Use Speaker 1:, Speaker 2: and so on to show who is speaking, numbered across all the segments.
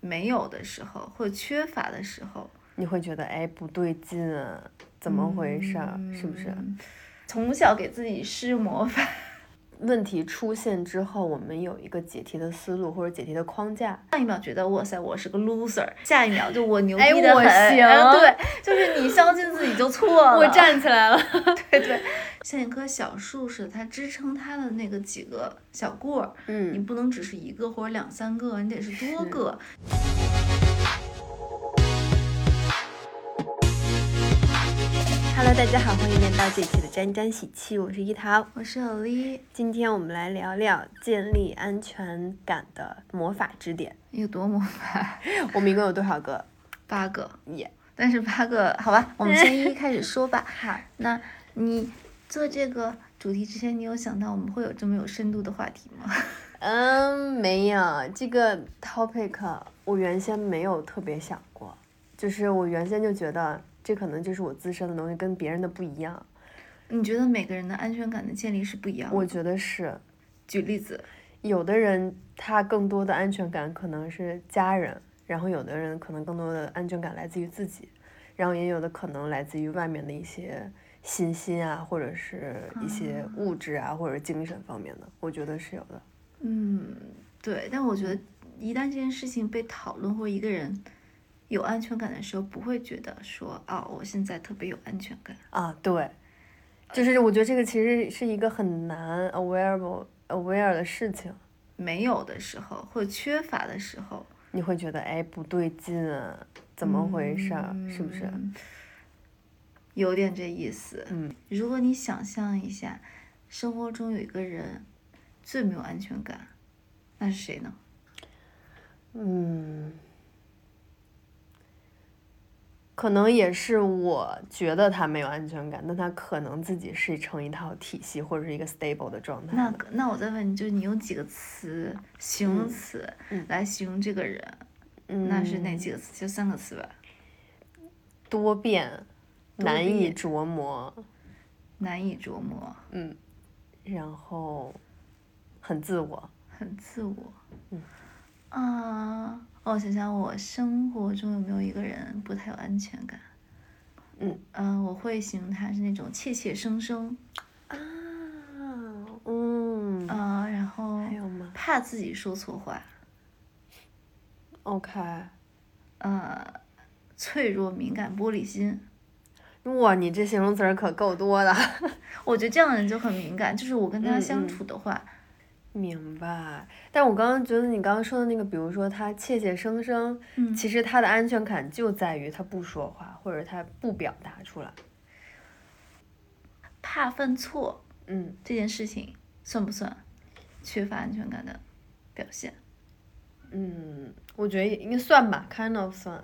Speaker 1: 没有的时候，或者缺乏的时候，
Speaker 2: 你会觉得哎不对劲、啊，怎么回事儿？是不是？
Speaker 1: 嗯从小给自己施魔法，
Speaker 2: 问题出现之后，我们有一个解题的思路或者解题的框 架。
Speaker 1: 上一秒觉得哇塞我是个 loser，下一秒就我牛
Speaker 2: 哎
Speaker 1: 逼的
Speaker 2: 我
Speaker 1: 很，
Speaker 2: 行
Speaker 1: 哎对，就是你相信自己就错了。
Speaker 2: 站起来了，
Speaker 1: 对对，像一棵小树似的，它支撑它的那个几个小棍儿，你
Speaker 2: 嗯，
Speaker 1: 不能只是一个或者两三个，你得是多
Speaker 2: 是
Speaker 1: 个。
Speaker 2: Hello，大家好，欢迎来到这期的沾沾喜气，我是一桃。
Speaker 1: 我是 l 丽，
Speaker 2: 今天我们来聊聊建立安全感的魔法之点。
Speaker 1: 有多魔法？
Speaker 2: 我们一共有多少个？
Speaker 1: 八个，
Speaker 2: 耶、
Speaker 1: 但是八个好吧，我们先一一开始说吧。
Speaker 2: 好，
Speaker 1: 那你做这个主题之前，你有想到我们会有这么有深度的话题吗？
Speaker 2: 嗯，没有这个 topic，我原先没有特别想过，就是我原先就觉得这可能就是我自身的东西跟别人的不一样。
Speaker 1: 你觉得每个人的安全感的建立是不一样的？
Speaker 2: 我觉得是
Speaker 1: 举例子，
Speaker 2: 有的人他更多的安全感可能是家人，然后有的人可能更多的安全感来自于自己，然后也有的可能来自于外面的一些信心啊，或者是一些物质啊，或者精神方面的，我觉得是有的。
Speaker 1: 嗯，对，但我觉得一旦这件事情被讨论或者一个人有安全感的时候，不会觉得说啊、我现在特别有安全感。
Speaker 2: 啊，对，就是我觉得这个其实是一个很难 aware aware 的事情，
Speaker 1: 没有的时候或者缺乏的时候，
Speaker 2: 你会觉得哎不对劲、啊，怎么回事儿？是不是？
Speaker 1: 嗯？有点这意思。
Speaker 2: 嗯，
Speaker 1: 如果你想象一下，生活中有一个人最没有安全感，那是谁呢？
Speaker 2: 嗯，可能也是我觉得他没有安全感，但他可能自己是成一套体系或者是一个 stable 的状态
Speaker 1: 那
Speaker 2: 的
Speaker 1: 个那我再问你，就是你用几个词、形容
Speaker 2: 嗯
Speaker 1: 词、
Speaker 2: 嗯
Speaker 1: 来形容这个人？那是哪几个词？就三个词吧。
Speaker 2: 多变，
Speaker 1: 多
Speaker 2: 难以
Speaker 1: 变
Speaker 2: 琢磨，
Speaker 1: 难以琢磨，
Speaker 2: 嗯，然后很自我，
Speaker 1: 很自我。
Speaker 2: 嗯。
Speaker 1: 啊，我想想，我生活中有没有一个人不太有安全感？
Speaker 2: 嗯
Speaker 1: 嗯、我会形容他是那种怯怯生生，
Speaker 2: 啊，嗯，
Speaker 1: 啊，然后
Speaker 2: 还有吗
Speaker 1: 怕自己说错话，
Speaker 2: ？OK，
Speaker 1: 呃，脆弱、敏感、玻璃心。
Speaker 2: 哇，你这形容词儿可够多的。
Speaker 1: 我觉得这样的人就很敏感，就是我跟他
Speaker 2: 嗯
Speaker 1: 相
Speaker 2: 嗯
Speaker 1: 处的话，
Speaker 2: 明白，但我刚刚觉得你刚刚说的那个，比如说他怯怯生生，
Speaker 1: 嗯
Speaker 2: 其实他的安全感就在于他不说话，或者他不表达出来。
Speaker 1: 怕犯错
Speaker 2: 嗯，
Speaker 1: 这件事情算不算缺乏安全感的表现？
Speaker 2: 嗯，我觉得也应该算吧，kind of 算。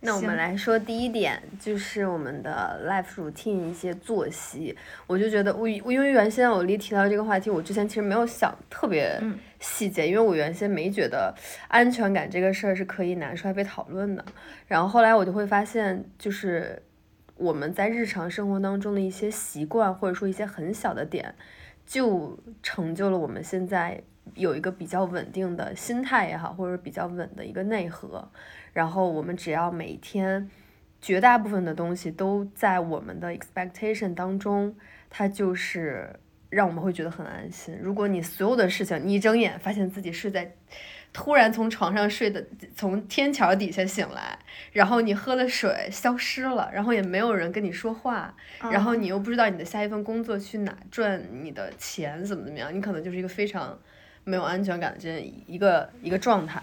Speaker 2: 那我
Speaker 1: 行
Speaker 2: 们来说第一点，就是我们的 life routine 一些作息。我就觉得我我因为原先我丽提到这个话题，我之前其实没有想特别
Speaker 1: 嗯
Speaker 2: 细节，因为我原先没觉得安全感这个事儿是可以拿出来被讨论的。然后后来我就会发现，就是我们在日常生活当中的一些习惯，或者说一些很小的点，就成就了我们现在有一个比较稳定的心态也好，或者比较稳的一个内核。然后我们只要每天绝大部分的东西都在我们的 expectation 当中，它就是让我们会觉得很安心。如果你所有的事情，你一睁眼发现自己睡在，突然从床上睡的，从天桥底下醒来，然后你喝的水消失了，然后也没有人跟你说话，然后
Speaker 1: 啊
Speaker 2: 你又不知道你的下一份工作去哪赚你的钱，怎么怎么样，你可能就是一个非常没有安全感的这样一个一个状态。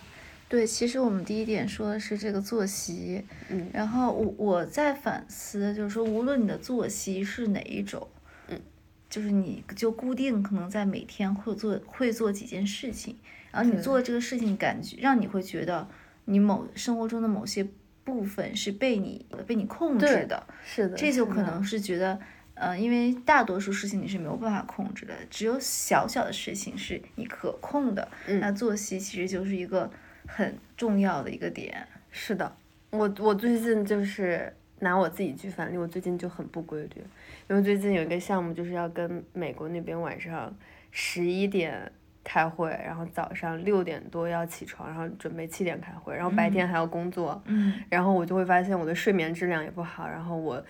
Speaker 1: 对，其实我们第一点说的是这个作息，
Speaker 2: 嗯
Speaker 1: 然后我我在反思，就是说，无论你的作息是哪一种，
Speaker 2: 嗯，
Speaker 1: 就是你就固定可能在每天会做会做几件事情，然后你
Speaker 2: 对
Speaker 1: 做这个事情，感觉让你会觉得你某生活中的某些部分是被你被你控制
Speaker 2: 对
Speaker 1: 的，
Speaker 2: 是的，
Speaker 1: 这就是可
Speaker 2: 的
Speaker 1: 能是觉得。呃，因为大多数事情你是没有办法控制的，只有小小的事情是你可控的。
Speaker 2: 嗯
Speaker 1: 那作息其实就是一个很重要的一个点。
Speaker 2: 是的，我我最近就是拿我自己举反例，我最近就很不规律，因为最近有一个项目就是要跟美国那边晚上十一点开会，然后早上六点多要起床，然后准备七点开会，然后白天还要工作，
Speaker 1: 嗯
Speaker 2: 然后我就会发现我的睡眠质量也不好，然后我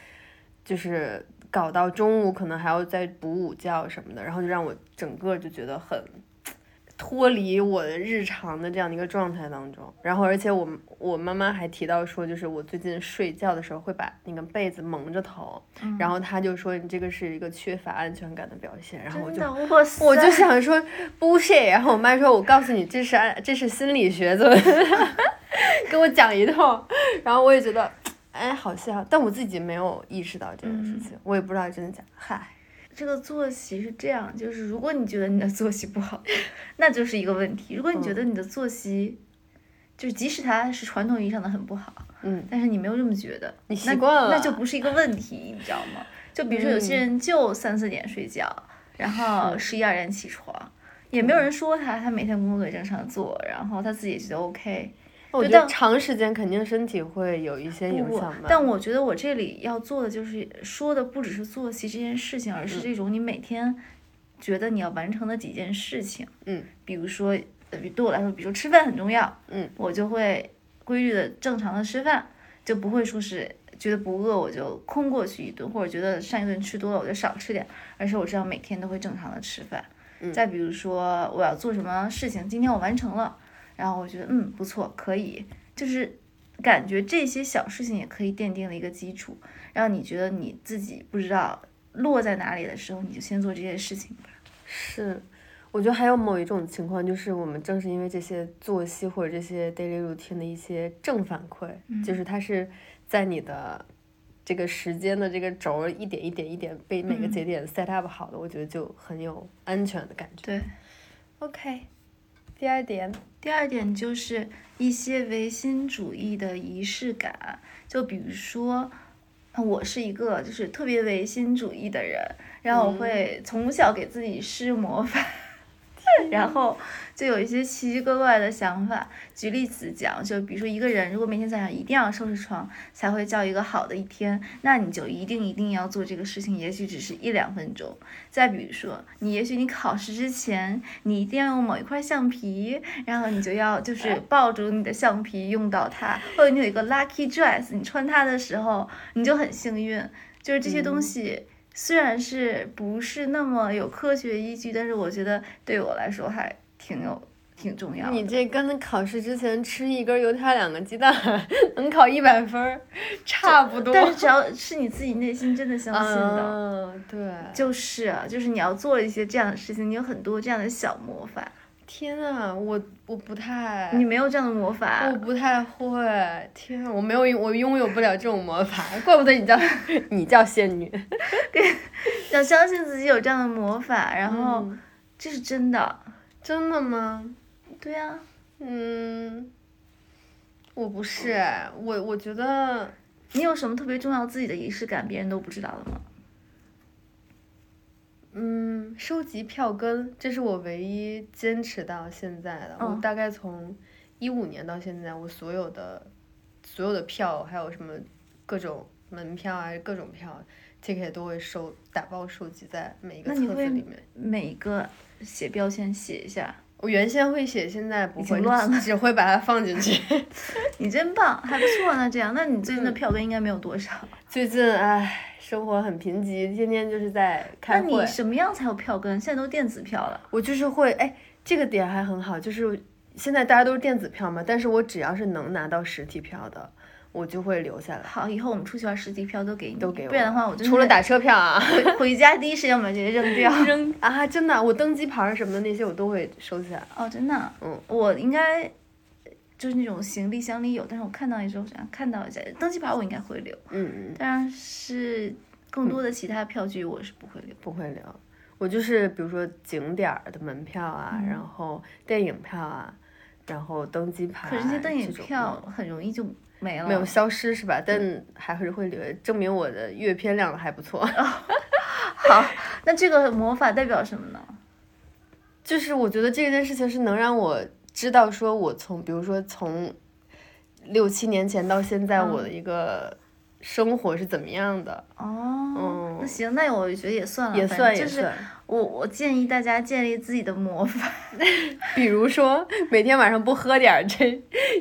Speaker 2: 就是搞到中午可能还要再补午觉什么的，然后就让我整个就觉得很脱离我的日常的这样的一个状态当中。然后而且我我妈妈还提到说，就是我最近睡觉的时候会把那个被子蒙着头，
Speaker 1: 嗯
Speaker 2: 然后她就说你这个是一个缺乏安全感的表现，然后我
Speaker 1: 真
Speaker 2: 就
Speaker 1: 的，哇塞，
Speaker 2: 我就想说 bullshit，然后我妈说，我告诉你，这是按这是心理学， 怎么给我讲一通，然后我也觉得，哎，好像，但我自己没有意识到这件
Speaker 1: 嗯
Speaker 2: 事情，我也不知道真的假的，嗨，
Speaker 1: 这个作息是这样，就是如果你觉得你的作息不好， 那就是一个问题；如果你觉得你的作息，就是即使它是传统意义上的很不好，
Speaker 2: 嗯，
Speaker 1: 但是你没有这么觉得，
Speaker 2: 你
Speaker 1: 那
Speaker 2: 习惯了
Speaker 1: 那就不是一个问题，你知道吗？就比如说有些人就三四点睡觉，然后十一二点起床，也没有人说他，他每天工作也正常做，然后他自己也觉得 OK。
Speaker 2: 我觉
Speaker 1: 但
Speaker 2: 得长时间肯定身体会有一些影
Speaker 1: 不
Speaker 2: 响吧，
Speaker 1: 但我觉得我这里要做的就是说的不只是作息这件事情，而是
Speaker 2: 嗯
Speaker 1: 这种你每天觉得你要完成的几件事情。
Speaker 2: 嗯，
Speaker 1: 比如说，呃对我来说，比如说吃饭很重要。
Speaker 2: 嗯，
Speaker 1: 我就会规律的、正常的吃饭，就不会说是觉得不饿我就空过去一顿，或者觉得上一顿吃多了我就少吃点，而是我知道每天都会正常的吃饭。
Speaker 2: 嗯
Speaker 1: 再比如说我要做什么事情，今天我完成了，然后我觉得嗯不错，可以，就是感觉这些小事情也可以奠定了一个基础，让你觉得你自己不知道落在哪里的时候，你就先做这些事情吧。
Speaker 2: 是。我觉得还有某一种情况，就是我们正是因为这些作息或者这些 daily routine 的一些正反馈，
Speaker 1: 嗯
Speaker 2: 就是它是在你的这个时间的这个轴儿一点一点一点被每
Speaker 1: 嗯
Speaker 2: 个节点 set up 好的，我觉得就很有安全的感觉。
Speaker 1: 对，
Speaker 2: OK，第二点，
Speaker 1: 第二点就是一些唯心主义的仪式感，就比如说，我是一个就是特别唯心主义的人，然后我会从小给自己施魔法， 然后就有一些奇奇怪怪的想法。举例子讲，就比如说一个人如果每天早上一定要收拾床才会叫一个好的一天，那你就一定一定要做这个事情，也许只是一两分钟。再比如说，你也许你考试之前，你一定要用某一块橡皮，然后你就要就是抱住你的橡皮用到它，或者你有一个 lucky dress，你穿它的时候你就很幸运。就是这些东西虽然是不是那么有科学依据，但是我觉得对我来说还挺有挺重要的。
Speaker 2: 你这跟考试之前吃一根油条、两个鸡蛋能考一百分儿差不 多。
Speaker 1: 但是只要是你自己内心真的相信的，
Speaker 2: 嗯，对，
Speaker 1: 就是啊就是你要做一些这样的事情，你有很多这样的小魔法，
Speaker 2: 天啊，我我不太，
Speaker 1: 你没有这样的魔法
Speaker 2: 我，不太会，天啊，我没有，我拥有不了这种魔法，怪不得你叫 你叫仙女。
Speaker 1: 要相信自己有这样的魔法，然后
Speaker 2: 嗯
Speaker 1: 这是真的。
Speaker 2: 真的吗？
Speaker 1: 对啊呀、
Speaker 2: 嗯，我不是哎，我我觉得
Speaker 1: 你有什么特别重要自己的仪式感，别人都不知道的吗？
Speaker 2: 嗯，收集票根，这是我唯一坚持到现在的。我
Speaker 1: 嗯
Speaker 2: 大概从一五年到现在，我所有的所有的票，还有什么各种门票啊，各种票，ticket 都会收，打包收集在每一个
Speaker 1: 那
Speaker 2: 册
Speaker 1: 你
Speaker 2: 子
Speaker 1: 会
Speaker 2: 里面。
Speaker 1: 每一个写标签写一下，
Speaker 2: 我原先会写，现在不
Speaker 1: 已
Speaker 2: 会，
Speaker 1: 经乱了
Speaker 2: 只会 把它放进去。
Speaker 1: 你真棒，还不错呢。这样，那你最
Speaker 2: 嗯
Speaker 1: 近的票根应该没有多 少。
Speaker 2: 最近唉，生活很贫瘠，天天就是在
Speaker 1: 那
Speaker 2: 开会。
Speaker 1: 你什么样才有票根？现在都电子票了。
Speaker 2: 我就是会，哎，这个点还很好，就是现在大家都是电子票嘛，但是我只要是能拿到实体票的，我就会留下来，
Speaker 1: 好，以后我们出去玩实体票都给你，
Speaker 2: 都给我。
Speaker 1: 不然的话我就
Speaker 2: 除了打车票啊，
Speaker 1: 回 回家第一时间把这些扔掉。
Speaker 2: 扔啊，真的，我登机牌儿什么的那些我都会收起来。
Speaker 1: 哦，真的，
Speaker 2: 嗯，
Speaker 1: 我应该就是那种行李箱里有，但是我看到一时候想看到一下，登记牌我应该会留，
Speaker 2: 嗯嗯，
Speaker 1: 但是更多的其他票据我是不会留。
Speaker 2: 不会留。我就是比如说景点儿的门票啊，
Speaker 1: 嗯
Speaker 2: 然后电影票啊，然后登机牌。啊
Speaker 1: 可是这些电影
Speaker 2: 这种
Speaker 1: 票很容易就没了。
Speaker 2: 没有消失是吧？但还是会留，证明我的阅片量还不 错。
Speaker 1: 好，那这个魔法代表什么呢？
Speaker 2: 就是我觉得这件事情是能让我知道，说我从比如说从六七年前到现在，
Speaker 1: 嗯
Speaker 2: 我的一个生活是怎么样的。
Speaker 1: 哦，那行，那我觉得也算了，
Speaker 2: 也
Speaker 1: 反
Speaker 2: 算
Speaker 1: 正
Speaker 2: 也
Speaker 1: 就是
Speaker 2: 算。
Speaker 1: 我我建议大家建立自己的魔法
Speaker 2: 比如说每天晚上不喝点儿，这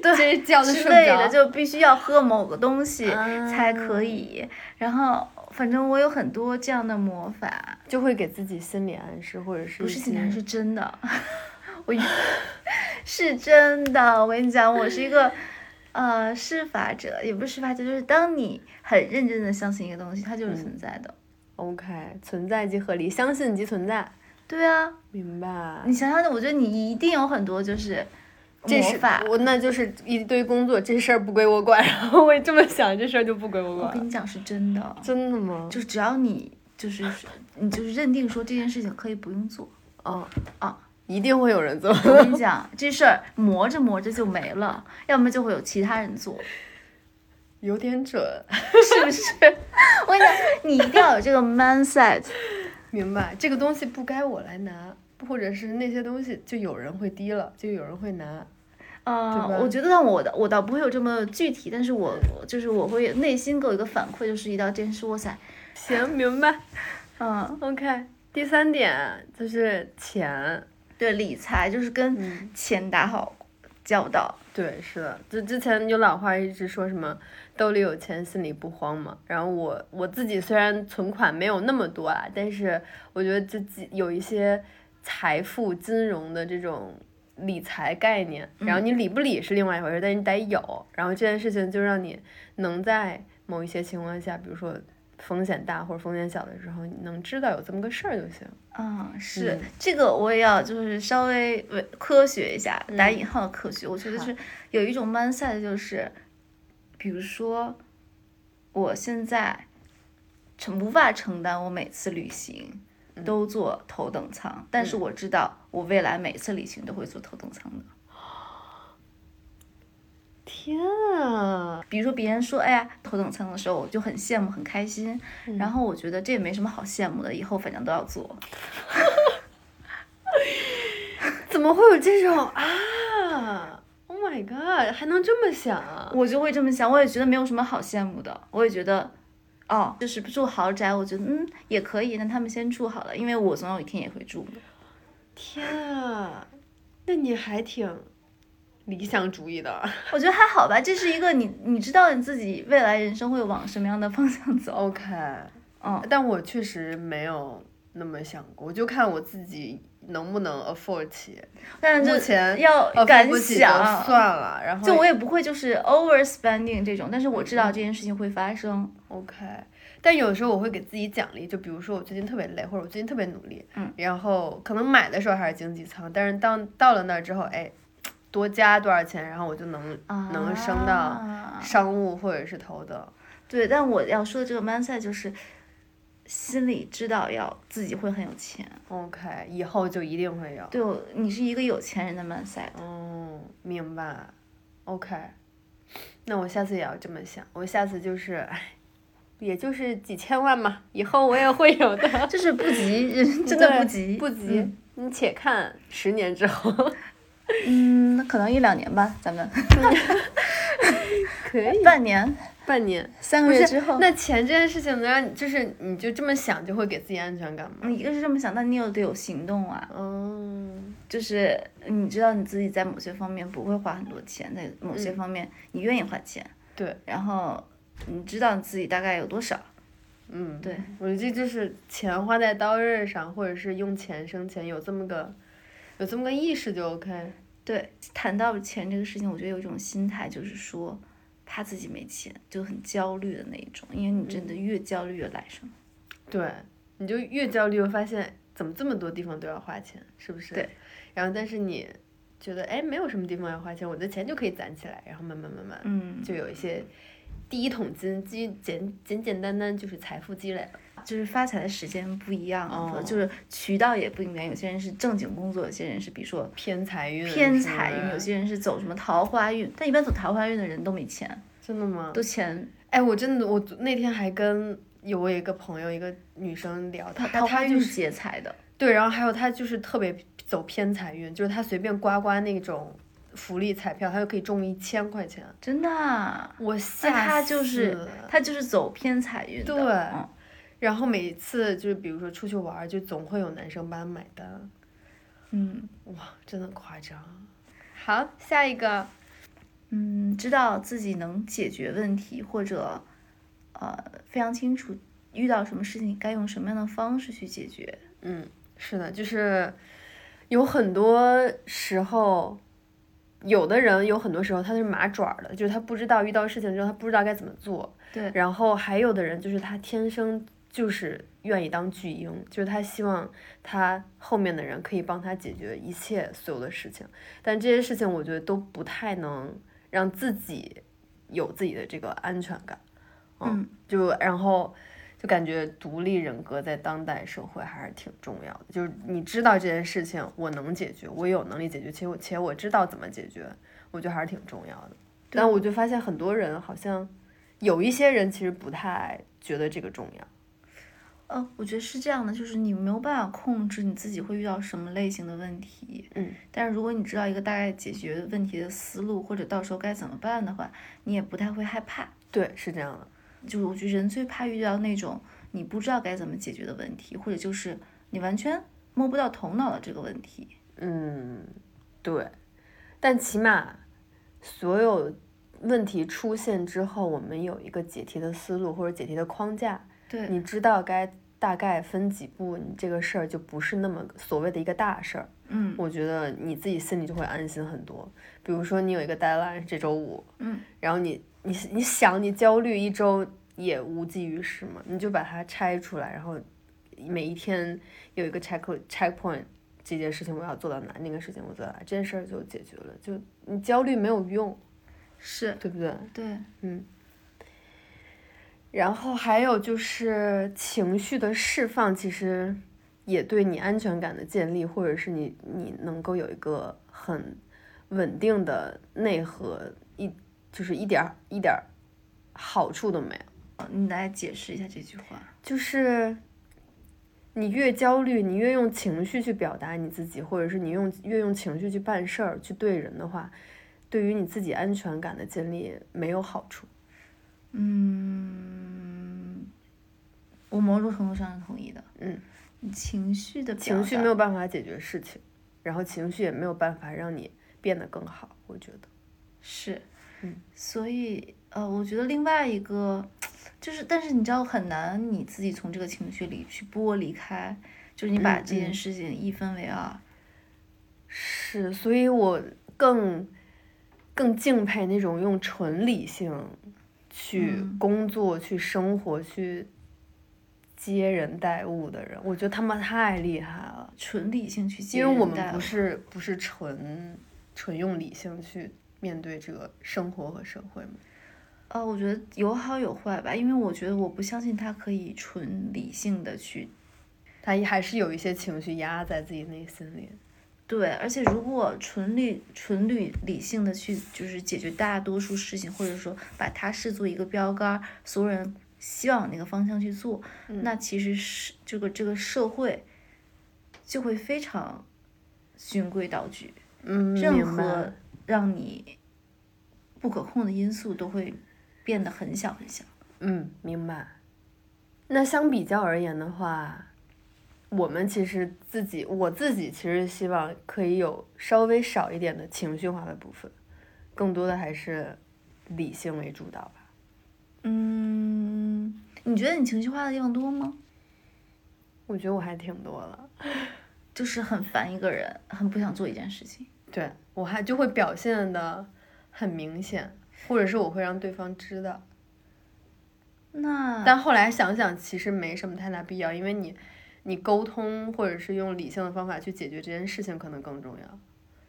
Speaker 2: 这觉就睡
Speaker 1: 之
Speaker 2: 不
Speaker 1: 类的，
Speaker 2: 着。
Speaker 1: 就必须要喝某个东西
Speaker 2: 啊
Speaker 1: 才可以。然后反正我有很多这样的魔法，
Speaker 2: 就会给自己心理暗示，或者是
Speaker 1: 不
Speaker 2: 一
Speaker 1: 是
Speaker 2: 些
Speaker 1: 竟然是真的， 我 是真的。我跟你讲，我是一个呃施法者，也不是施法者，就是当你很认真的相信一个东西，它就是
Speaker 2: 嗯
Speaker 1: 存在的。
Speaker 2: OK 存在即合理，相信即存在，
Speaker 1: 对啊，
Speaker 2: 明白
Speaker 1: 你？想想，我觉得你一定有很多就是
Speaker 2: 这
Speaker 1: 魔
Speaker 2: 是
Speaker 1: 法。
Speaker 2: 我那就是一堆工作，这事儿不归我管， 然后我也这么想，这事儿就不归我
Speaker 1: 我
Speaker 2: 管
Speaker 1: 跟
Speaker 2: 了。
Speaker 1: 你讲是真的，
Speaker 2: 真的吗？
Speaker 1: 就只要你就是你就是认定说这件事情可以不用做，
Speaker 2: 哦
Speaker 1: 啊，
Speaker 2: 一定会有人做。
Speaker 1: 我 跟你讲这事儿磨着磨着就没了，要么就会有其他人 做，
Speaker 2: 有点准，
Speaker 1: 是不是？我跟你讲，你一定要有这个 mindset，
Speaker 2: 明白？这个东西不该我来拿，或者是那些东西就有人会低了，就有人会拿。
Speaker 1: 啊、
Speaker 2: 对吧
Speaker 1: 我觉得让我的我倒不会有这么具体，但是我我就是我会内心给我一个反馈，就是一到这件事，哇塞，
Speaker 2: 行，明白。
Speaker 1: 嗯，
Speaker 2: OK，第三点就是钱。
Speaker 1: 对，理财就是
Speaker 2: 嗯
Speaker 1: 跟钱打好交道，
Speaker 2: 对，是的，就之前有老话一直说什么兜里有钱心里不慌嘛。然后我我自己虽然存款没有那么多啊，但是我觉得这几有一些财富金融的这种理财概念，然后你理不理是另外一回事，但你得有。然后这件事情就让你能在某一些情况下，比如说风险大或者风险小的时候，你能知道有这么个事儿就行。
Speaker 1: 嗯，是
Speaker 2: 嗯
Speaker 1: 这个，我也要就是稍微为科学一下，打引号的科学。我觉得
Speaker 2: 嗯好
Speaker 1: 是有一种 mindset，就是，比如说，我现在承无法承担我每次旅行
Speaker 2: 嗯
Speaker 1: 都坐头等舱，但是我知道我未来每次旅行都会坐头等舱的。
Speaker 2: 天啊，
Speaker 1: 比如说别人说哎呀头等舱的时候，我就很羡慕很开心，
Speaker 2: 嗯
Speaker 1: 然后我觉得这也没什么好羡慕的，以后反正都要坐。
Speaker 2: 怎么会有这种啊？Oh my god，还能这么想啊？
Speaker 1: 我就会这么想，我也觉得没有什么好羡慕的，我也觉得，哦，就是住豪宅，我觉得嗯也可以，那他们先住好了，因为我总有一天也会住的。
Speaker 2: 天啊，那你还挺理想主义的。
Speaker 1: 我觉得还好吧，这是一个你你知道你自己未来人生会往什么样的方向走，
Speaker 2: OK，
Speaker 1: 嗯，
Speaker 2: 但我确实没有那么想过，我就看我自己能不能 afford 起。
Speaker 1: 但
Speaker 2: 目
Speaker 1: 是
Speaker 2: 前
Speaker 1: 就要
Speaker 2: afford
Speaker 1: 敢
Speaker 2: 不起就
Speaker 1: 想，
Speaker 2: 算了，然后
Speaker 1: 就我也不会就是 overspending 这种，但是我知道
Speaker 2: 嗯
Speaker 1: 这件事情会发生，
Speaker 2: OK，但有时候我会给自己奖励，就比如说我最近特别累，或者我最近特别努力，
Speaker 1: 嗯，
Speaker 2: 然后可能买的时候还是经济舱，但是到到了那儿之后，哎，多加多少钱，然后我就能、能升到
Speaker 1: 啊
Speaker 2: 商务或者是头等。
Speaker 1: 对，但我要说的这个 mindset 就是心里知道要自己会很有钱。
Speaker 2: OK，以后就一定会有。
Speaker 1: 对，我你是一个有钱人的 mindset。
Speaker 2: 哦，明白。OK，那我下次也要这么想，我下次就是，哎，也就是几千万嘛，以后我也会有的。
Speaker 1: 就是不急， 人真的
Speaker 2: 对
Speaker 1: 不急，
Speaker 2: 不急，嗯你且看十年之后。
Speaker 1: 嗯。嗯，可能一两年吧，咱 们
Speaker 2: 可以
Speaker 1: 半年、
Speaker 2: 半年。
Speaker 1: 三
Speaker 2: 不
Speaker 1: 个
Speaker 2: 是
Speaker 1: 月之后，
Speaker 2: 那钱这件事情能让你，就是你就这么想，就会给自己安全感吗？
Speaker 1: 嗯一个是这么想，但你有得有行动啊。
Speaker 2: 嗯，
Speaker 1: 就是你知道你自己在某些方面不会花很多钱，在某些方面你愿意花钱，
Speaker 2: 对，
Speaker 1: 然后你知道你自己大概有多少，
Speaker 2: 嗯，
Speaker 1: 对，
Speaker 2: 我觉得这就是钱花在刀刃上，或者是用钱生钱，有这么个，有这么个意识就 OK。
Speaker 1: 对。谈到钱这个事情，我觉得有一种心态就是说。怕自己没钱，就很焦虑的那一种，因为你真的越焦虑越来什么。
Speaker 2: 对，你就越焦虑，会发现怎么这么多地方都要花钱，是不是？
Speaker 1: 对。
Speaker 2: 然后，但是你觉得，哎，没有什么地方要花钱，我的钱就可以攒起来，然后慢慢慢慢，
Speaker 1: 嗯，
Speaker 2: 就有一些第一桶金，基简简简单单就是财富积累了。
Speaker 1: 就是发财的时间不一样，
Speaker 2: 哦
Speaker 1: 就是渠道也不一样。有些人是正经工作，有些人是比如说
Speaker 2: 偏财运，
Speaker 1: 偏
Speaker 2: 是
Speaker 1: 财运，
Speaker 2: 吧
Speaker 1: 有些人是走什么桃花运。但一般走桃花运的人都没钱，
Speaker 2: 真的吗？
Speaker 1: 都钱
Speaker 2: 哎，我真的，我那天还跟有我有一个朋友，一个女生聊，她
Speaker 1: 桃
Speaker 2: 桃花
Speaker 1: 运
Speaker 2: 运
Speaker 1: 是劫财的。
Speaker 2: 对，然后还有她就是特别走偏财运，就是她随便刮刮那种福利彩票，她就可以中一千块钱，
Speaker 1: 真的啊、
Speaker 2: 我
Speaker 1: 那
Speaker 2: 吓
Speaker 1: 他就是
Speaker 2: 死
Speaker 1: 他就是走偏财运的。
Speaker 2: 对
Speaker 1: 嗯
Speaker 2: 然后每次就是比如说出去玩儿，就总会有男生帮买单，
Speaker 1: 嗯
Speaker 2: 哇，真的夸张。好，下一个，
Speaker 1: 嗯，知道自己能解决问题，或者呃非常清楚遇到什么事情该用什么样的方式去解决。
Speaker 2: 嗯，是的，就是有很多时候，有的人有很多时候他是麻爪儿的，就是他不知道遇到事情之后他不知道该怎么做。
Speaker 1: 对
Speaker 2: 然后还有的人就是他天生就是愿意当巨婴，就是他希望他后面的人可以帮他解决一切所有的事情，但这些事情我觉得都不太能让自己有自己的这个安全感。
Speaker 1: 嗯，
Speaker 2: 就然后就感觉独立人格在当代社会还是挺重要的。就是你知道这件事情，我能解决，我有能力解决，且我且我知道怎么解决，我觉得还是挺重要的。但我就发现很多人好像有一些人其实不太觉得这个重要。
Speaker 1: 呃，我觉得是这样的，就是你没有办法控制你自己会遇到什么类型的问题，
Speaker 2: 嗯，
Speaker 1: 但是如果你知道一个大概解决问题的思路，或者到时候该怎么办的话，你也不太会害怕。
Speaker 2: 对，是这样的。
Speaker 1: 就是我觉得人最怕遇到那种你不知道该怎么解决的问题，或者就是你完全摸不到头脑的这个问题。
Speaker 2: 嗯，对。但起码所有问题出现之后，我们有一个解题的思路或者解题的框架。
Speaker 1: 对，
Speaker 2: 你知道该大概分几步，你这个事儿就不是那么所谓的一个大事儿。
Speaker 1: 嗯
Speaker 2: 我觉得你自己心里就会安心很多。比如说你有一个 deadline 这周五，
Speaker 1: 嗯，
Speaker 2: 然后你你你想你焦虑一周也无济于事嘛，你就把它拆出来，然后每一天有一个 check checkpoint。这件事情我要做到哪，那个事情我做到哪，这件事儿就解决了。就你焦虑没有用，
Speaker 1: 是，
Speaker 2: 对不对？
Speaker 1: 对，
Speaker 2: 然后还有就是情绪的释放，其实也对你安全感的建立，或者是你你能够有一个很稳定的内核，一就是一点儿一点儿好处都没有。
Speaker 1: 呃你来解释一下这句话。
Speaker 2: 就是你越焦虑，你越用情绪去表达你自己，或者是你用越用情绪去办事儿、去对人的话，对于你自己安全感的建立没有好处。
Speaker 1: 嗯，我某种程度上是同意的。
Speaker 2: 嗯，
Speaker 1: 情绪的表
Speaker 2: 情绪
Speaker 1: 达
Speaker 2: 没有办法解决事情，然后情绪也没有办法让你变得更好。我觉得，
Speaker 1: 是，
Speaker 2: 嗯
Speaker 1: 所以呃，我觉得另外一个就是，但是你知道很难你自己从这个情绪里去剥离开，就是你把
Speaker 2: 嗯
Speaker 1: 这件
Speaker 2: 嗯
Speaker 1: 事情一分为二。
Speaker 2: 是，所以我更更敬佩那种用纯理性去
Speaker 1: 嗯
Speaker 2: 工作、去生活、去接人待物的人。我觉得他们太厉害了，
Speaker 1: 纯理性去接
Speaker 2: 因为
Speaker 1: 人
Speaker 2: 我们
Speaker 1: 待
Speaker 2: 不
Speaker 1: 物
Speaker 2: 是不是纯纯用理性去面对这个生活和社会嘛。
Speaker 1: 呃，我觉得有好有坏吧，因为我觉得我不相信他可以纯理性的去
Speaker 2: 他还是有一些情绪压在自己内心里。
Speaker 1: 对，而且如果纯理纯理理性的去就是解决大多数事情，或者说把它视作一个标杆儿，所有人希望往那个方向去做，
Speaker 2: 嗯
Speaker 1: 那其实是这个这个社会就会非常循规蹈矩，
Speaker 2: 嗯，
Speaker 1: 任
Speaker 2: 明白
Speaker 1: 何让你不可控的因素都会变得很小很小。
Speaker 2: 嗯，明白。那相比较而言的话，我们其实自己，我自己其实希望可以有稍微少一点的情绪化的部分，更多的还是理性为主导吧。
Speaker 1: 嗯，你觉得你情绪化的地方多吗？
Speaker 2: 我觉得我还挺多的，
Speaker 1: 就是很烦一个人，很不想做一件事情。
Speaker 2: 对我还就会表现的很明显，或者是我会让对方知道。
Speaker 1: 那
Speaker 2: 但后来想想，其实没什么太大必要，因为你，你沟通或者是用理性的方法去解决这件事情可能更重要，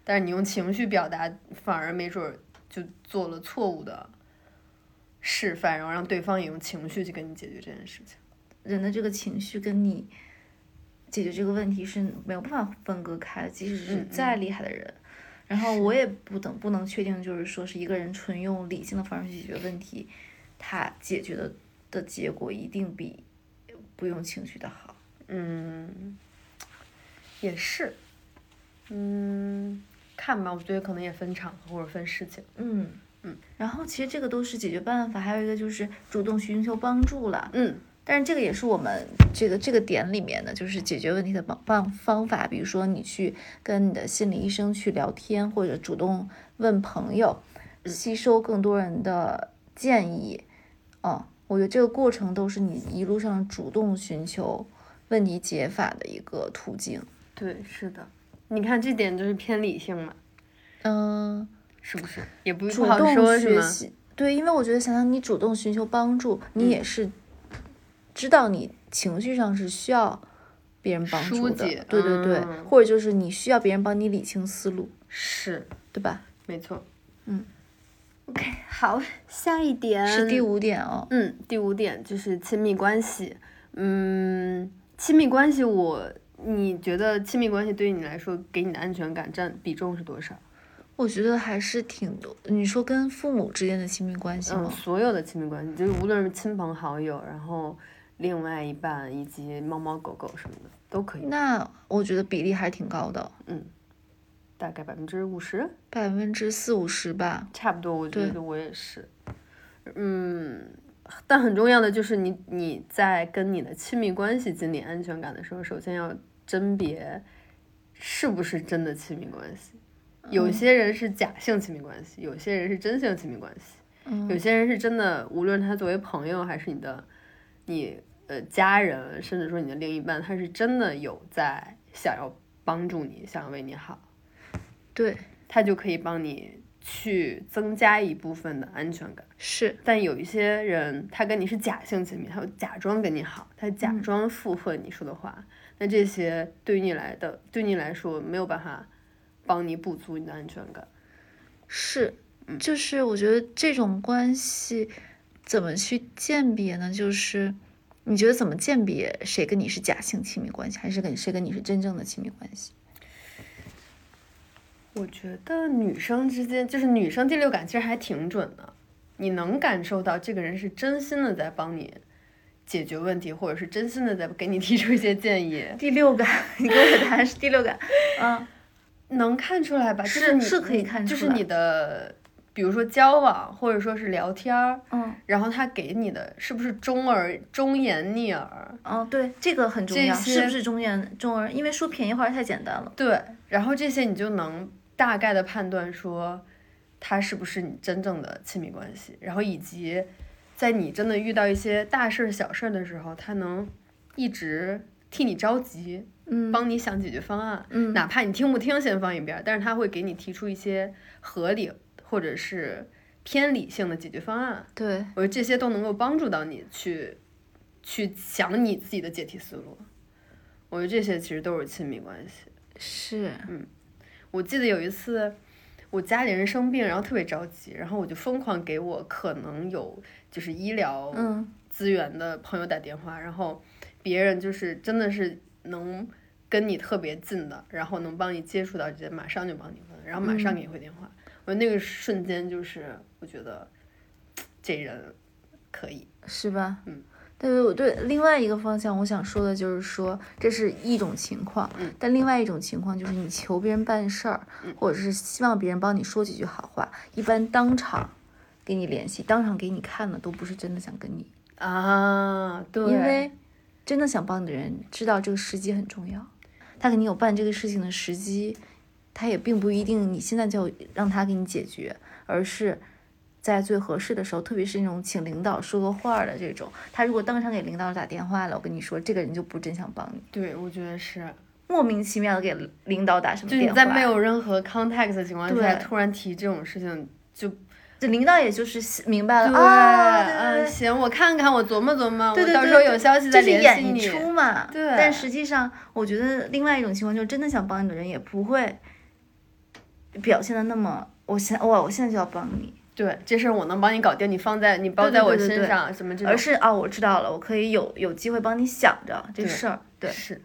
Speaker 2: 但是你用情绪表达，反而没准儿就做了错误的示范，然后让对方也用情绪去跟你解决这件事情。
Speaker 1: 人的这个情绪跟你解决这个问题是没有办法分割开的，即使是
Speaker 2: 嗯嗯
Speaker 1: 再厉害的人。然后
Speaker 2: 是
Speaker 1: 我也不等不能确定，就是说是一个人纯用理性的方式去解决问题，他解决的的结果一定比不用情绪的好。
Speaker 2: 嗯，也是，嗯，看吧，我觉得可能也分场合或者分事情。
Speaker 1: 嗯嗯。然后其实这个都是解决办法，还有一个就是主动寻求帮助了。
Speaker 2: 嗯，
Speaker 1: 但是这个也是我们这个这个点里面的，就是解决问题的方方方法。比如说，你去跟你的心理医生去聊天，或者主动问朋友，吸收更多人的建议。嗯，我觉得这个过程都是你一路上主动寻求问题解法的一个途径。
Speaker 2: 对，是的，你看这点就是偏理性嘛，
Speaker 1: 嗯，
Speaker 2: 是不是？也不
Speaker 1: 主
Speaker 2: 不好哦说
Speaker 1: 动
Speaker 2: 是
Speaker 1: 学
Speaker 2: 吗？嗯
Speaker 1: 习，对，因为我觉得想想你主动寻求帮助，你也是知道你情绪上是需要别人帮
Speaker 2: 疏
Speaker 1: 助的
Speaker 2: 解，
Speaker 1: 对对对，
Speaker 2: 嗯
Speaker 1: 或者就是你需要别人帮你理清思路，
Speaker 2: 是，
Speaker 1: 对吧？
Speaker 2: 没错。
Speaker 1: 嗯
Speaker 2: ，OK，好，下一点
Speaker 1: 是第五点哦，
Speaker 2: 嗯，第五点就是亲密关系。嗯，亲密关系我，你觉得亲密关系对于你来说给你的安全感占比重是多少？
Speaker 1: 我觉得还是挺多。你说跟父母之间的亲密关系
Speaker 2: 嗯，
Speaker 1: 吗？
Speaker 2: 所有的亲密关系，就是无论是亲朋好友，然后另外一半以及猫猫狗狗什么的都可以，
Speaker 1: 那我觉得比例还是挺高的，
Speaker 2: 大概百分之五十，
Speaker 1: 百分之四五十吧。
Speaker 2: 差不多。我觉
Speaker 1: 对
Speaker 2: 得我也是。嗯，但很重要的就是你你在跟你的亲密关系建立安全感的时候，首先要甄别是不是真的亲密关系。有些人是假性亲密关系，有些人是真性亲密关系，有些人是真的，无论他作为朋友还是你的你呃家人，甚至说你的另一半，他是真的有在想要帮助你，想要为你好，
Speaker 1: 对，
Speaker 2: 他就可以帮你去增加一部分的安全感。
Speaker 1: 是
Speaker 2: 但有一些人，他跟你是假性亲密，他会假装跟你好，他假装附和你说的话，那这些对于你来的，对你来说没有办法帮你补足你的安全感。
Speaker 1: 是，就是我觉得这种关系怎么去鉴别呢？就是你觉得怎么鉴别谁跟你是假性亲密关系，还是跟谁跟你是真正的亲密关系？
Speaker 2: 我觉得女生之间，就是女生第六感其实还挺准的，你能感受到这个人是真心的在帮你解决问题，或者是真心的在给你提出一些建议，
Speaker 1: 第六感， 你给我的答案是第六 感。嗯，
Speaker 2: 能看出来吧？就是你
Speaker 1: 是可以看
Speaker 2: 就
Speaker 1: 出
Speaker 2: 是
Speaker 1: 来
Speaker 2: 你的，比如说交往或者说是聊天儿，
Speaker 1: 嗯
Speaker 2: 然后他给你的是不是忠而忠言逆耳？
Speaker 1: 嗯，对，这个很重
Speaker 2: 这
Speaker 1: 要，是
Speaker 2: 些
Speaker 1: 不是中原中文？因为说便宜话太简单了。
Speaker 2: 对，然后这些你就能大概的判断说，他是不是你真正的亲密关系，然后以及在你真的遇到一些大事儿、小事儿的时候，他能一直替你着急，
Speaker 1: 嗯
Speaker 2: 帮你想解决方案，
Speaker 1: 嗯
Speaker 2: 哪怕你听不听先放一边儿，但是他会给你提出一些合理或者是偏理性的解决方案，
Speaker 1: 对，
Speaker 2: 我觉得这些都能够帮助到你去去想你自己的解题思路。我觉得这些其实都是亲密关系。
Speaker 1: 是，
Speaker 2: 我记得有一次，我家里人生病，然后特别着急，然后我就疯狂给我可能有就是医疗
Speaker 1: 嗯
Speaker 2: 资源的朋友打电话，然后别人就是真的是能跟你特别近的，然后能帮你接触到这些，马上就帮你问，然后马上给你回电话。我那个瞬间就是我觉得这人可以，
Speaker 1: 是吧？
Speaker 2: 嗯。
Speaker 1: 对我对另外一个方向，我想说的就是说，这是一种情况，但另外一种情况就是你求别人办事儿，或者是希望别人帮你说几句好话，一般当场给你联系，当场给你看的都不是真的想跟你，
Speaker 2: 啊，对，
Speaker 1: 因为真的想帮你的人知道这个时机很重要，他肯定有办这个事情的时机，他也并不一定你现在就让他给你解决，而是在最合适的时候，特别是那种请领导说个话儿的这种，他如果当场给领导打电话了，我跟你说，这个人就不真想帮你，
Speaker 2: 对我觉得是，
Speaker 1: 莫名其妙的给领导打什么
Speaker 2: 就是你
Speaker 1: 电
Speaker 2: 在
Speaker 1: 话，
Speaker 2: 没有任何 context 的情况下，
Speaker 1: 对
Speaker 2: 突然提这种事情就
Speaker 1: 这领导也就是明白了啊，对对
Speaker 2: 嗯，
Speaker 1: 对
Speaker 2: 行，我看看，我琢磨琢磨，
Speaker 1: 对对
Speaker 2: 我到
Speaker 1: 对
Speaker 2: 时候
Speaker 1: 对
Speaker 2: 有消息
Speaker 1: 这
Speaker 2: 再
Speaker 1: 是
Speaker 2: 联
Speaker 1: 演
Speaker 2: 系
Speaker 1: 一
Speaker 2: 你。
Speaker 1: 出嘛。
Speaker 2: 对
Speaker 1: 但实际上，我觉得另外一种情况就是，真的想帮你的人也不会表现的那么，我现哇，我现在就要帮你，
Speaker 2: 对，这事儿我能帮你搞定，你放在你包
Speaker 1: 对对
Speaker 2: 在我
Speaker 1: 对对
Speaker 2: 身
Speaker 1: 对
Speaker 2: 上，什么这
Speaker 1: 而
Speaker 2: 种
Speaker 1: 是啊，我知道了，我可以有有机会帮你想着这
Speaker 2: 对
Speaker 1: 事儿。对，
Speaker 2: 是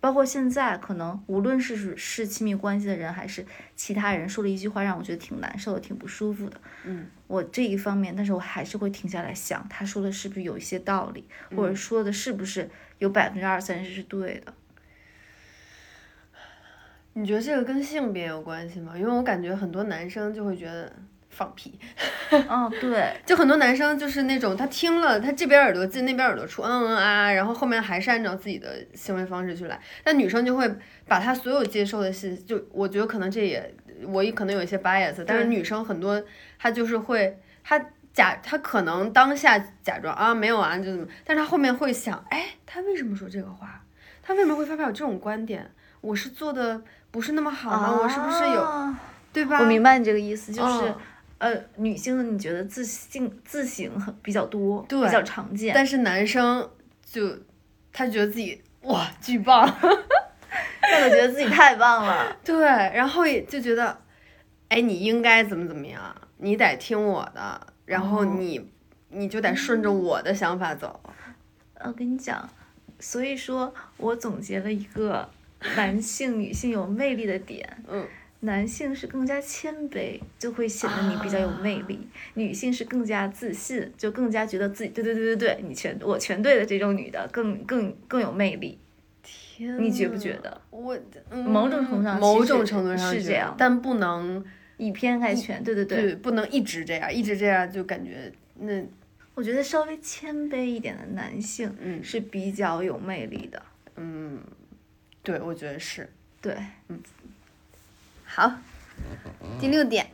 Speaker 1: 包括现在可能无论是是是亲密关系的人，还是其他人说了一句话，让我觉得挺难受的，挺不舒服的。
Speaker 2: 嗯，
Speaker 1: 我这一方面，但是我还是会停下来想，他说的是不是有一些道理，或
Speaker 2: 嗯
Speaker 1: 者说的是不是有百分之二三十是对的。
Speaker 2: 你觉得这个跟性别有关系吗？因为我感觉很多男生就会觉得放屁。
Speaker 1: 嗯，对，
Speaker 2: 就很多男生就是那种他听了，他这边耳朵进那边耳朵出，嗯嗯啊，然后后面还是按照自己的行为方式去来。但女生就会把她所有接受的信息，就我觉得可能这也我也可能有一些 bias，但是女生很多她就是会她假她可能当下假装啊没有啊就怎么，但是她后面会想，哎，她为什么说这个话？她为什么会发表这种观点？我是做的不是那么好吗？我是不是有
Speaker 1: 啊
Speaker 2: 对吧？
Speaker 1: 我明白你这个意思，就是、
Speaker 2: 嗯
Speaker 1: 呃，女性你觉得自信自省很比较多，
Speaker 2: 对
Speaker 1: 比较常见。
Speaker 2: 但是男生就他觉得自己哇巨棒，
Speaker 1: 那个觉得自己太棒了，
Speaker 2: 对，然后也就觉得，哎，你应该怎么怎么样，你得听我的，然后
Speaker 1: 哦
Speaker 2: 你、你就得顺着我的想法走。
Speaker 1: 呃我跟你讲，所以说我总结了一个男性、女性有魅力的点。
Speaker 2: 嗯，
Speaker 1: 男性是更加谦卑，就会显得你比较有魅力；
Speaker 2: 啊
Speaker 1: 女性是更加自信，就更加觉得自己对对对对对，你全我全对的这种女的更更更有魅力，
Speaker 2: 嗯天
Speaker 1: 你觉不觉？得？
Speaker 2: 我、嗯
Speaker 1: 某种程度上
Speaker 2: 某
Speaker 1: 其实
Speaker 2: 种程度上
Speaker 1: 是
Speaker 2: 觉
Speaker 1: 这
Speaker 2: 得
Speaker 1: 样
Speaker 2: 但不能
Speaker 1: 以偏概全，对对对，
Speaker 2: 对，不能一直这样，一直这样就感觉那
Speaker 1: 我觉得稍微谦卑一点的男性
Speaker 2: 嗯
Speaker 1: 是比较有魅力的。
Speaker 2: 嗯，对，我觉得是
Speaker 1: 对，
Speaker 2: 好。第六点，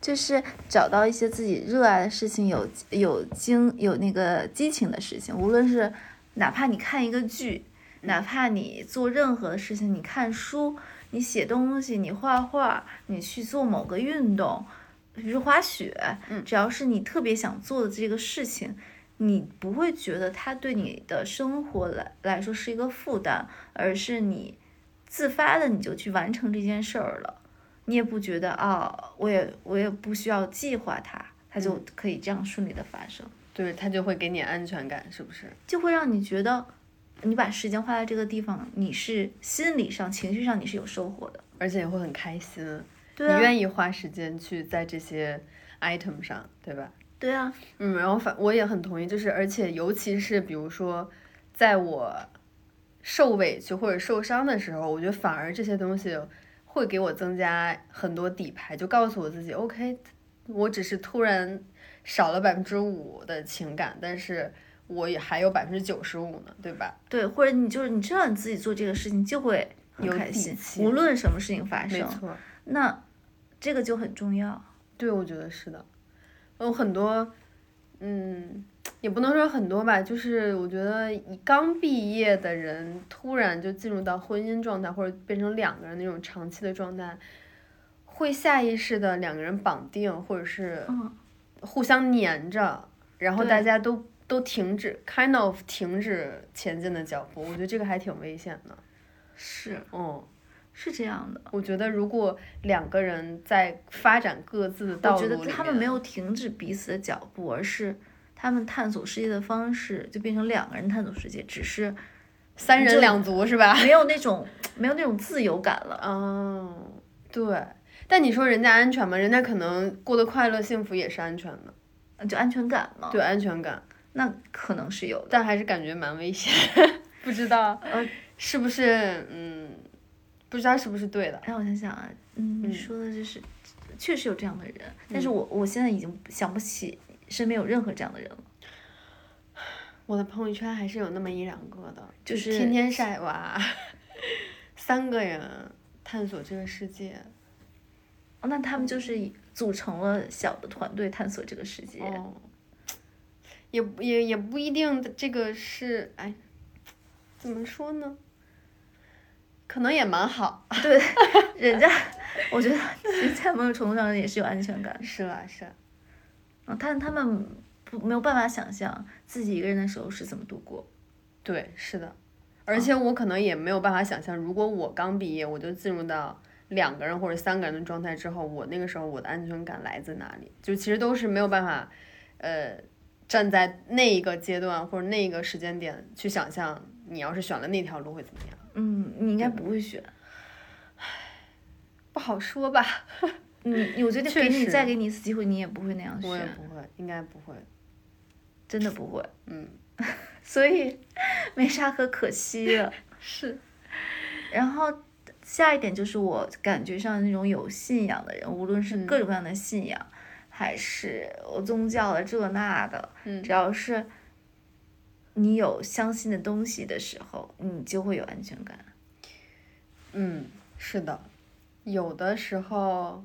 Speaker 1: 就是找到一些自己热爱的事情，有有精有那个激情的事情，无论是哪怕你看一个剧，哪怕你做任何的事情，你看书，你写东西，你画画，你去做某个运动，比如滑雪，
Speaker 2: 嗯
Speaker 1: 只要是你特别想做的这个事情。你不会觉得它对你的生活来来说是一个负担，而是你自发的你就去完成这件事儿了。你也不觉得啊，我也我也不需要计划它，它就可以这样顺利的发生，
Speaker 2: 嗯对他就会给你安全感，是不是？
Speaker 1: 就会让你觉得，你把时间花在这个地方，你是心理上、情绪上你是有收获的。
Speaker 2: 而且也会很开心。
Speaker 1: 对啊
Speaker 2: 你愿意花时间去在这些 item 上，对吧？
Speaker 1: 对啊，
Speaker 2: 嗯，然后反我也很同意，就是而且尤其是比如说，在我受委屈或者受伤的时候，我觉得反而这些东西会给我增加很多底牌，就告诉我自己，OK，我只是突然少了百分之五的情感，但是我也还有百分之九十五呢，对吧？
Speaker 1: 对，或者你就是你知道你自己做这个事情就会很
Speaker 2: 有
Speaker 1: 开
Speaker 2: 底
Speaker 1: 心，
Speaker 2: 气
Speaker 1: 无论什么事情发
Speaker 2: 没
Speaker 1: 生，
Speaker 2: 错。
Speaker 1: 那这个就很重要。
Speaker 2: 对，我觉得是的。有很多，嗯，也不能说很多吧，就是我觉得一刚毕业的人突然就进入到婚姻状态，或者变成两个人那种长期的状态，会下意识的两个人绑定，或者是
Speaker 1: 嗯
Speaker 2: 互相粘着，然后
Speaker 1: 对
Speaker 2: 大家都都停止，kind of 停止前进的脚步。我觉得这个还挺危险的。
Speaker 1: 是
Speaker 2: 嗯，
Speaker 1: 是这样的，
Speaker 2: 我觉得如果两个人在发展各自的道
Speaker 1: 我
Speaker 2: 路
Speaker 1: 觉得
Speaker 2: 里
Speaker 1: 他们
Speaker 2: 面
Speaker 1: 没有停止彼此的脚步，而是他们探索世界的方式就变成两个人探索世界，只是
Speaker 2: 三人
Speaker 1: 就
Speaker 2: 两足是吧？
Speaker 1: 没有那种没有那种自由感了。
Speaker 2: 嗯，对。但你说人家安全吗？人家可能过得快乐、幸福也是安全的，
Speaker 1: 嗯就安全感嘛，
Speaker 2: 对安全感，
Speaker 1: 那可能是有的。
Speaker 2: 但还是感觉蛮危险， 不知道
Speaker 1: 呃，
Speaker 2: 是不是？嗯，不知道是不是对的。
Speaker 1: 让我想想啊，嗯，
Speaker 2: 嗯
Speaker 1: 你说的就是，确实有这样的人，但是我我现在已经想不起身边有任何这样的人了。
Speaker 2: 我的朋友圈还是有那么一两个的，
Speaker 1: 就
Speaker 2: 就是
Speaker 1: 是
Speaker 2: 天天晒娃， 三个人探索这个世界。
Speaker 1: 哦，那他们就是以组成了小的团队探索这个世界。
Speaker 2: 嗯哦，也不也也不一定，这个是哎，怎么说呢？可能也蛮好。
Speaker 1: 对，人家，我觉得 人家某种程度上也是有安全感的。
Speaker 2: 是啦，是啦。啊
Speaker 1: 嗯，但他们不没有办法想象自己一个人的时候是怎么度过。
Speaker 2: 对，是的。而且我可能也没有办法想象，如果我刚毕业，我就进入到两个人或者三个人的状态之后，我那个时候我的安全感来自哪里？就其实都是没有办法，呃，站在那一个阶段或者那一个时间点去想象，你要是选了那条路会怎么样？
Speaker 1: 嗯，你应该不会选。
Speaker 2: 不好说吧。
Speaker 1: 你，我觉得
Speaker 2: 确
Speaker 1: 给你
Speaker 2: 实
Speaker 1: 再给你一次机会，你也不会那样
Speaker 2: 我也
Speaker 1: 选，
Speaker 2: 不会，应该不会。
Speaker 1: 真的不会。
Speaker 2: 嗯，
Speaker 1: 所以 没啥可可惜的。
Speaker 2: 是，
Speaker 1: 然后嗯下一点就是我感觉上那种有信仰的人，无论是各种各样的信仰，还是宗教的这那的，只要是你有相信的东西的时候，你就会有安全感。
Speaker 2: 嗯，是的，有的时候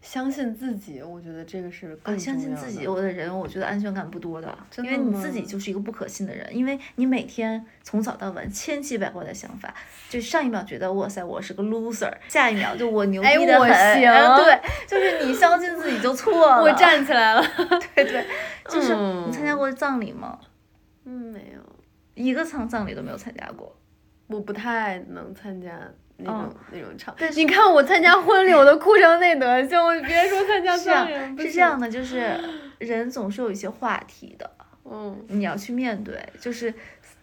Speaker 2: 相信自己，我觉得这个是更
Speaker 1: 啊，相信
Speaker 2: 重要
Speaker 1: 自己，
Speaker 2: 的
Speaker 1: 我的人，我觉得安全感不多的，
Speaker 2: 真
Speaker 1: 因
Speaker 2: 的
Speaker 1: 为你自
Speaker 2: 吗
Speaker 1: 己就是一个不可信的人，因为你每天从早到晚千奇百怪的想法，就上一秒觉得哇塞我是个 loser，下一秒就我牛
Speaker 2: 哎
Speaker 1: 逼的
Speaker 2: 我
Speaker 1: 很，然后
Speaker 2: 行
Speaker 1: 对，就是你相信自己就错了，
Speaker 2: 我站起来了。
Speaker 1: 对对，就是
Speaker 2: 嗯
Speaker 1: 你参加过葬礼吗？
Speaker 2: 嗯，没有，
Speaker 1: 一个葬葬礼都没有参加过，
Speaker 2: 我不太能参加那种、
Speaker 1: 哦
Speaker 2: 那种场。
Speaker 1: 但
Speaker 2: 你看我参加婚礼，我都哭成那德行，我别说参加
Speaker 1: 是
Speaker 2: 葬
Speaker 1: 啊
Speaker 2: 礼了，不
Speaker 1: 是这
Speaker 2: 行
Speaker 1: 样。的，就是人总是有一些话题的，
Speaker 2: 嗯
Speaker 1: 你要去面对，就是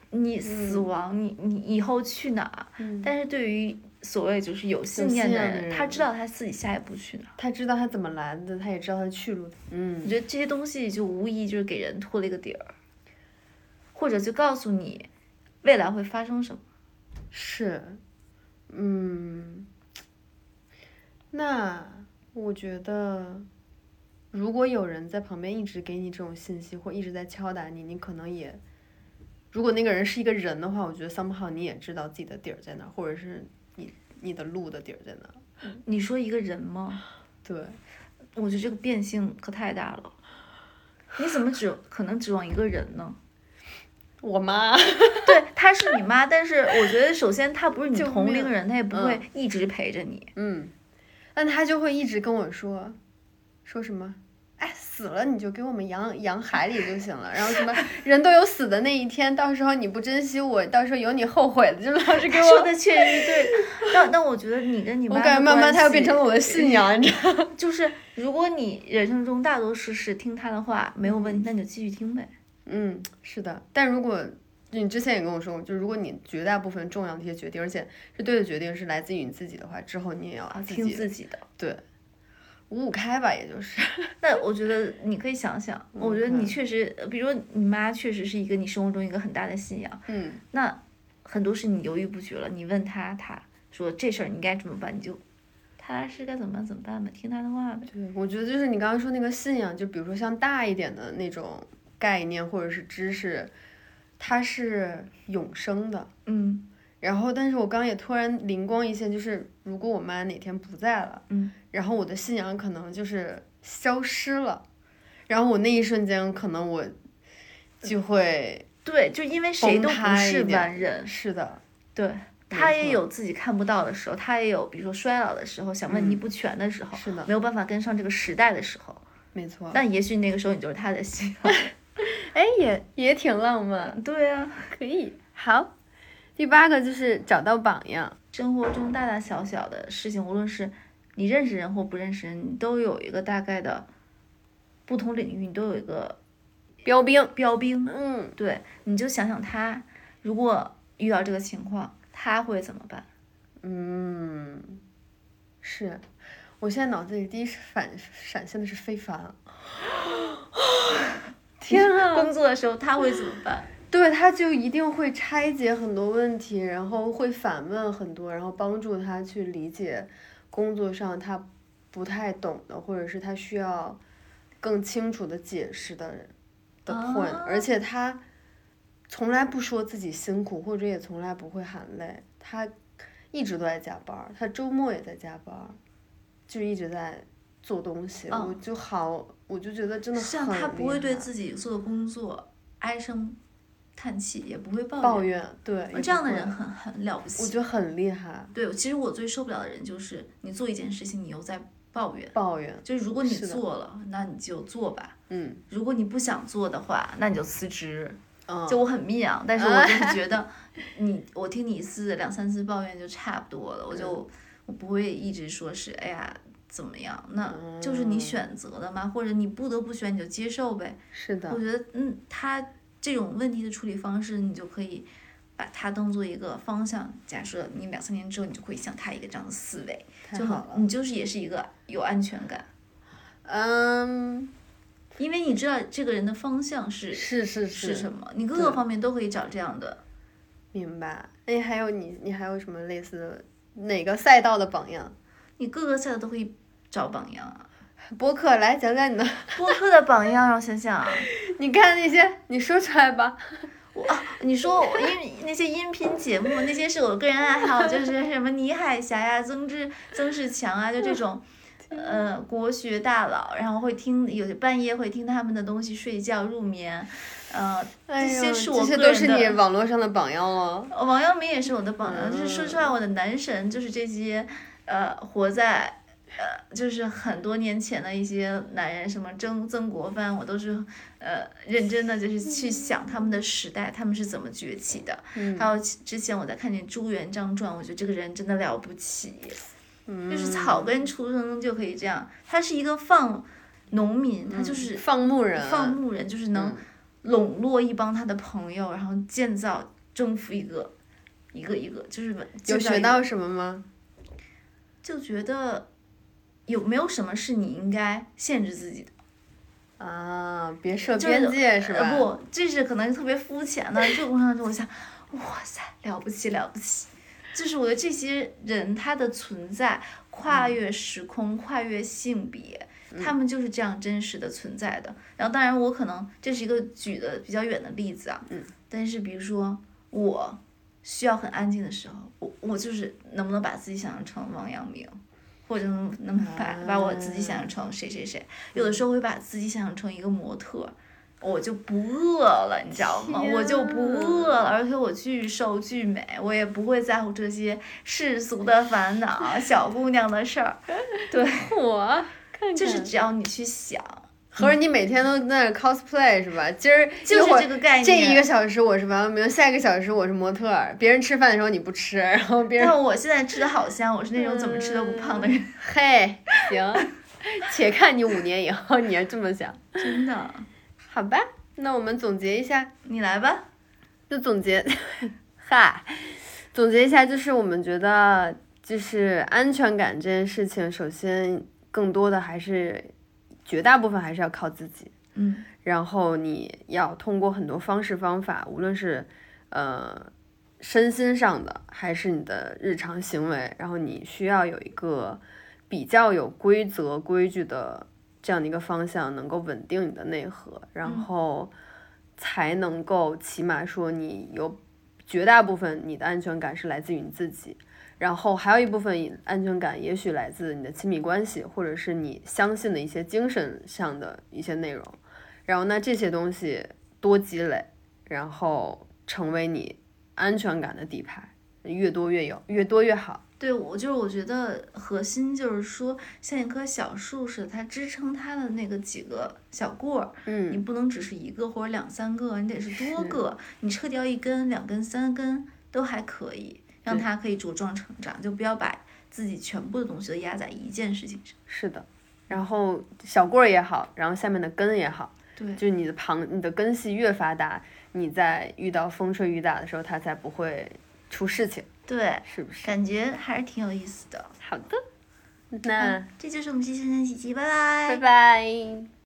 Speaker 1: 你死亡，你你以后去哪儿？
Speaker 2: 嗯，
Speaker 1: 但是对于所谓就是有信念
Speaker 2: 信
Speaker 1: 的
Speaker 2: 仰的
Speaker 1: 人，他
Speaker 2: 人
Speaker 1: 知道他自己下一步去哪儿。
Speaker 2: 他知道他怎么来的，他也知道他的去路。
Speaker 1: 我
Speaker 2: 嗯，
Speaker 1: 觉得这些东西就无疑就是给人托了一个底儿，或者就告诉你未来会发生什么。
Speaker 2: 是，嗯，那我觉得，如果有人在旁边一直给你这种信息，或一直在敲打你，你可能也，如果那个人是一个人的话，我觉得 somehow 你也知道自己的底儿在哪儿，或者是你你的路的底儿在哪儿。
Speaker 1: 你说一个人吗？
Speaker 2: 对，
Speaker 1: 我觉得这个变性可太大了。你怎么指可能指望一个人呢？
Speaker 2: 我妈，
Speaker 1: 对，她是你妈，但是我觉得首先她不是你
Speaker 2: 救
Speaker 1: 同龄
Speaker 2: 命
Speaker 1: 人，她也不会
Speaker 2: 嗯
Speaker 1: 一直陪着你。
Speaker 2: 嗯，但他就会一直跟我说，说什么。哎，死了你就给我们养养海里就行了。然后什么人都有死的那一天，到时候你不珍惜我，到时候有你后悔的。就老是给
Speaker 1: 她 说
Speaker 2: 我，
Speaker 1: 的确实对，但但我觉得你跟你妈，
Speaker 2: 我感觉慢慢他又变成了我 的信仰，你知道吗？
Speaker 1: 就是如果你人生中大多数是听他的话没有问题，那你就继续听呗。
Speaker 2: 嗯，是的。但如果就你之前也跟我说过，就如果你绝大部分重要的一些决定，而且是对的决定，是来自于你自己的话，之后你也要
Speaker 1: 啊，
Speaker 2: 自
Speaker 1: 听
Speaker 2: 己
Speaker 1: 自己的。
Speaker 2: 对五五开吧，也就是
Speaker 1: 那我觉得你可以想想，
Speaker 2: 嗯
Speaker 1: 我觉得你确实，呃比如说你妈确实是一个你生活中一个很大的信仰。
Speaker 2: 嗯。
Speaker 1: 那很多事你犹豫不决了，你问他，他说这事儿你应该怎么办，你就踏踏实实该怎么办怎么办吧，听他的话呗。
Speaker 2: 对，我觉得就是你刚刚说那个信仰，就比如说像大一点的那种概念或者是知识，它是永生的。
Speaker 1: 嗯
Speaker 2: 然后，但是我刚刚也突然灵光一现，就是如果我妈哪天不在了，
Speaker 1: 嗯，
Speaker 2: 然后我的信仰可能就是消失了，然后我那一瞬间可能我就会，
Speaker 1: 对，就因为谁
Speaker 2: 崩
Speaker 1: 都不
Speaker 2: 塌一
Speaker 1: 是
Speaker 2: 点
Speaker 1: 完人，
Speaker 2: 是的，
Speaker 1: 对。他
Speaker 2: 没
Speaker 1: 也
Speaker 2: 错
Speaker 1: 有自己看不到的时候，他也有比如说衰老的时候，想问题
Speaker 2: 嗯
Speaker 1: 不全的时候，
Speaker 2: 是的
Speaker 1: 没有办法跟上这个时代的时候，
Speaker 2: 没错，
Speaker 1: 但也许那个时候你就是他的信 仰。
Speaker 2: 哎，也也挺浪漫，
Speaker 1: 对啊，
Speaker 2: 可以。好，第八个就是找到榜样。
Speaker 1: 生活中大大小小的事情，无论是你认识人或不认识人，你都有一个大概的不同领域，你都有一个
Speaker 2: 标兵，
Speaker 1: 标兵。
Speaker 2: 嗯，
Speaker 1: 对，你就想想他如果遇到这个情况，他会怎么 办？
Speaker 2: 嗯，是，我现在脑子里第一反闪现的是非凡。 天啊！
Speaker 1: 工作的时候他会怎么办？
Speaker 2: 对，他就一定会拆解很多问题，然后会反问很多，然后帮助他去理解工作上他不太懂的，或者是他需要更清楚的解释的人的 point，、
Speaker 1: 啊
Speaker 2: 而且他从来不说自己辛苦，或者也从来不会喊累，他一直都在加班儿，他周末也在加班儿，就一直在做东西，
Speaker 1: 嗯
Speaker 2: 我就好，我就觉得真的很
Speaker 1: 像他不会
Speaker 2: 厉
Speaker 1: 对
Speaker 2: 害
Speaker 1: 自己做的工作唉声叹气，也不会抱怨。
Speaker 2: 抱怨，对，也
Speaker 1: 而这样
Speaker 2: 不
Speaker 1: 的
Speaker 2: 会
Speaker 1: 人很很了不
Speaker 2: 我
Speaker 1: 起。
Speaker 2: 觉得很厉害，
Speaker 1: 对，其实我最受不了的人就是你做一件事情，你又在抱怨。
Speaker 2: 抱怨，
Speaker 1: 就是如果你
Speaker 2: 是的
Speaker 1: 做了，那你就做吧。
Speaker 2: 嗯
Speaker 1: 如果你不想做的话，那你就辞职。
Speaker 2: 嗯，
Speaker 1: 就我很密啊，但是我就是觉 得你，我听你一次两三次抱怨就差不多了，
Speaker 2: 嗯
Speaker 1: 我就我不会一直说是哎呀怎么样，那
Speaker 2: 嗯
Speaker 1: 就是你选择的嘛，或者你不得不选你就接受呗。
Speaker 2: 是的
Speaker 1: 我，觉得嗯，他这种问题的处理方式，你就可以把它当做一个方向。假设你两三年之后，你就会像他一个这样的思维，
Speaker 2: 太
Speaker 1: 就很
Speaker 2: 好了，
Speaker 1: 你就是也是一个有安全感。
Speaker 2: 嗯，
Speaker 1: 因为你知道这个人的方向是
Speaker 2: 是是
Speaker 1: 是什
Speaker 2: 么？
Speaker 1: 么，你各个
Speaker 2: 对
Speaker 1: 方面都可以找这样的。
Speaker 2: 明白。哎，还有你，你还有什么类似的哪个赛道的榜样？
Speaker 1: 你各个赛道都可以找榜样啊。
Speaker 2: 播客来讲讲你的，
Speaker 1: 播客的榜样，让我想想啊，
Speaker 2: 你看那些，你说出来吧。
Speaker 1: 我啊，你说我因为那些音 频节目，那些是我个人爱好，就是什么倪海霞呀、曾志曾仕强啊，就这种，呃，国学大佬，然后会听，有半夜会听他们的东西睡觉入眠，呃，
Speaker 2: 哎呦
Speaker 1: 些是我
Speaker 2: 这些
Speaker 1: 个
Speaker 2: 都
Speaker 1: 人
Speaker 2: 是
Speaker 1: 的
Speaker 2: 你网络上的榜样哦了。
Speaker 1: 王阳明也是我的榜样，就是说实话，我的男神就是这些，呃，活在，呃，就是很多年前的一些男人，什么曾曾国藩，我都是，呃，认真的就是去想他们的时代，他们是怎么崛起的。还有其之前我在看见朱元璋传，我觉得这个人真的了不起，就是草根出生就可以这样，他是一个放农民，他就是
Speaker 2: 放牧人，
Speaker 1: 放牧人就是能
Speaker 2: 嗯
Speaker 1: 笼络一帮他的朋友，然后建造征服一个一个一个，就是
Speaker 2: 有
Speaker 1: 建造一
Speaker 2: 学
Speaker 1: 个
Speaker 2: 到什么吗？
Speaker 1: 就觉得有没有什么是你应该限制自己的？
Speaker 2: 啊，别设
Speaker 1: 就是
Speaker 2: 边界是吧？
Speaker 1: 呃，不，这是可能特别肤浅的。这种上就我想，哇塞，了不起了不起！就是我觉得这些人他的存在
Speaker 2: 嗯
Speaker 1: 跨越时空、跨越性别，他们就是这样真实的存在的。然后当然我可能这是一个举的比较远的例子啊，
Speaker 2: 嗯，
Speaker 1: 但是比如说我需要很安静的时候，我我就是能不能把自己想象成王阳明？或者能能不能把
Speaker 2: 啊
Speaker 1: 把我自己想象成谁谁谁，有的时候会把自己想象成一个模特，我就不饿了，你知道吗？
Speaker 2: 天
Speaker 1: 我就不饿了，而且我巨瘦巨美，我也不会在乎这些世俗的烦恼、小姑娘的事儿。
Speaker 2: 我看看，
Speaker 1: 就是只要你去想，
Speaker 2: 合着你每天都在那儿 cosplay 是吧？今儿
Speaker 1: 就
Speaker 2: 一会儿
Speaker 1: 是这个概念。
Speaker 2: 这一个小时我是王阳明，下一个小时我是模特儿。别人吃饭的时候你不吃，然后别人
Speaker 1: 但我现在吃的好香，我是那种怎么吃都不胖的人，
Speaker 2: 嘿，行， 且看你五年以后你要这么想，
Speaker 1: 真的。
Speaker 2: 好吧？那我们总结一下，
Speaker 1: 你来吧，
Speaker 2: 就总结， 嗨，总结一下，就是我们觉得，就是安全感这件事情，首先更多的还是绝大部分还是要靠自己，
Speaker 1: 嗯，
Speaker 2: 然后你要通过很多方式方法，无论是呃身心上的，还是你的日常行为，然后你需要有一个比较有规则规矩的这样的一个方向，能够稳定你的内核，然后才能够起码说你有绝大部分你的安全感是来自于你自己。然后还有一部分安全感，也许来自你的亲密关系，或者是你相信的一些精神上的一些内容。然后那这些东西多积累，然后成为你安全感的底牌，越多越有，越多越好。
Speaker 1: 对我就是我觉得核心就是说，像一棵小树似的，它支撑它的那个几个小棍儿，你
Speaker 2: 嗯，
Speaker 1: 不能只是一个或者两三个，你得是多
Speaker 2: 是
Speaker 1: 个。你撤掉一根、两根、三根都还可以，让
Speaker 2: 对
Speaker 1: 它可以茁壮成长，就不要把自己全部的东西都压在一件事情上。
Speaker 2: 是的。然后小棍儿也好，然后下面的根也好，
Speaker 1: 对
Speaker 2: 就是你的旁你的根系越发达，你在遇到风吹雨打的时候，它才不会出事情，
Speaker 1: 对，
Speaker 2: 是不是？
Speaker 1: 感觉还是挺有意思的。
Speaker 2: 好的，那
Speaker 1: 嗯嗯，这就是我们这期的一期，拜拜
Speaker 2: 拜拜。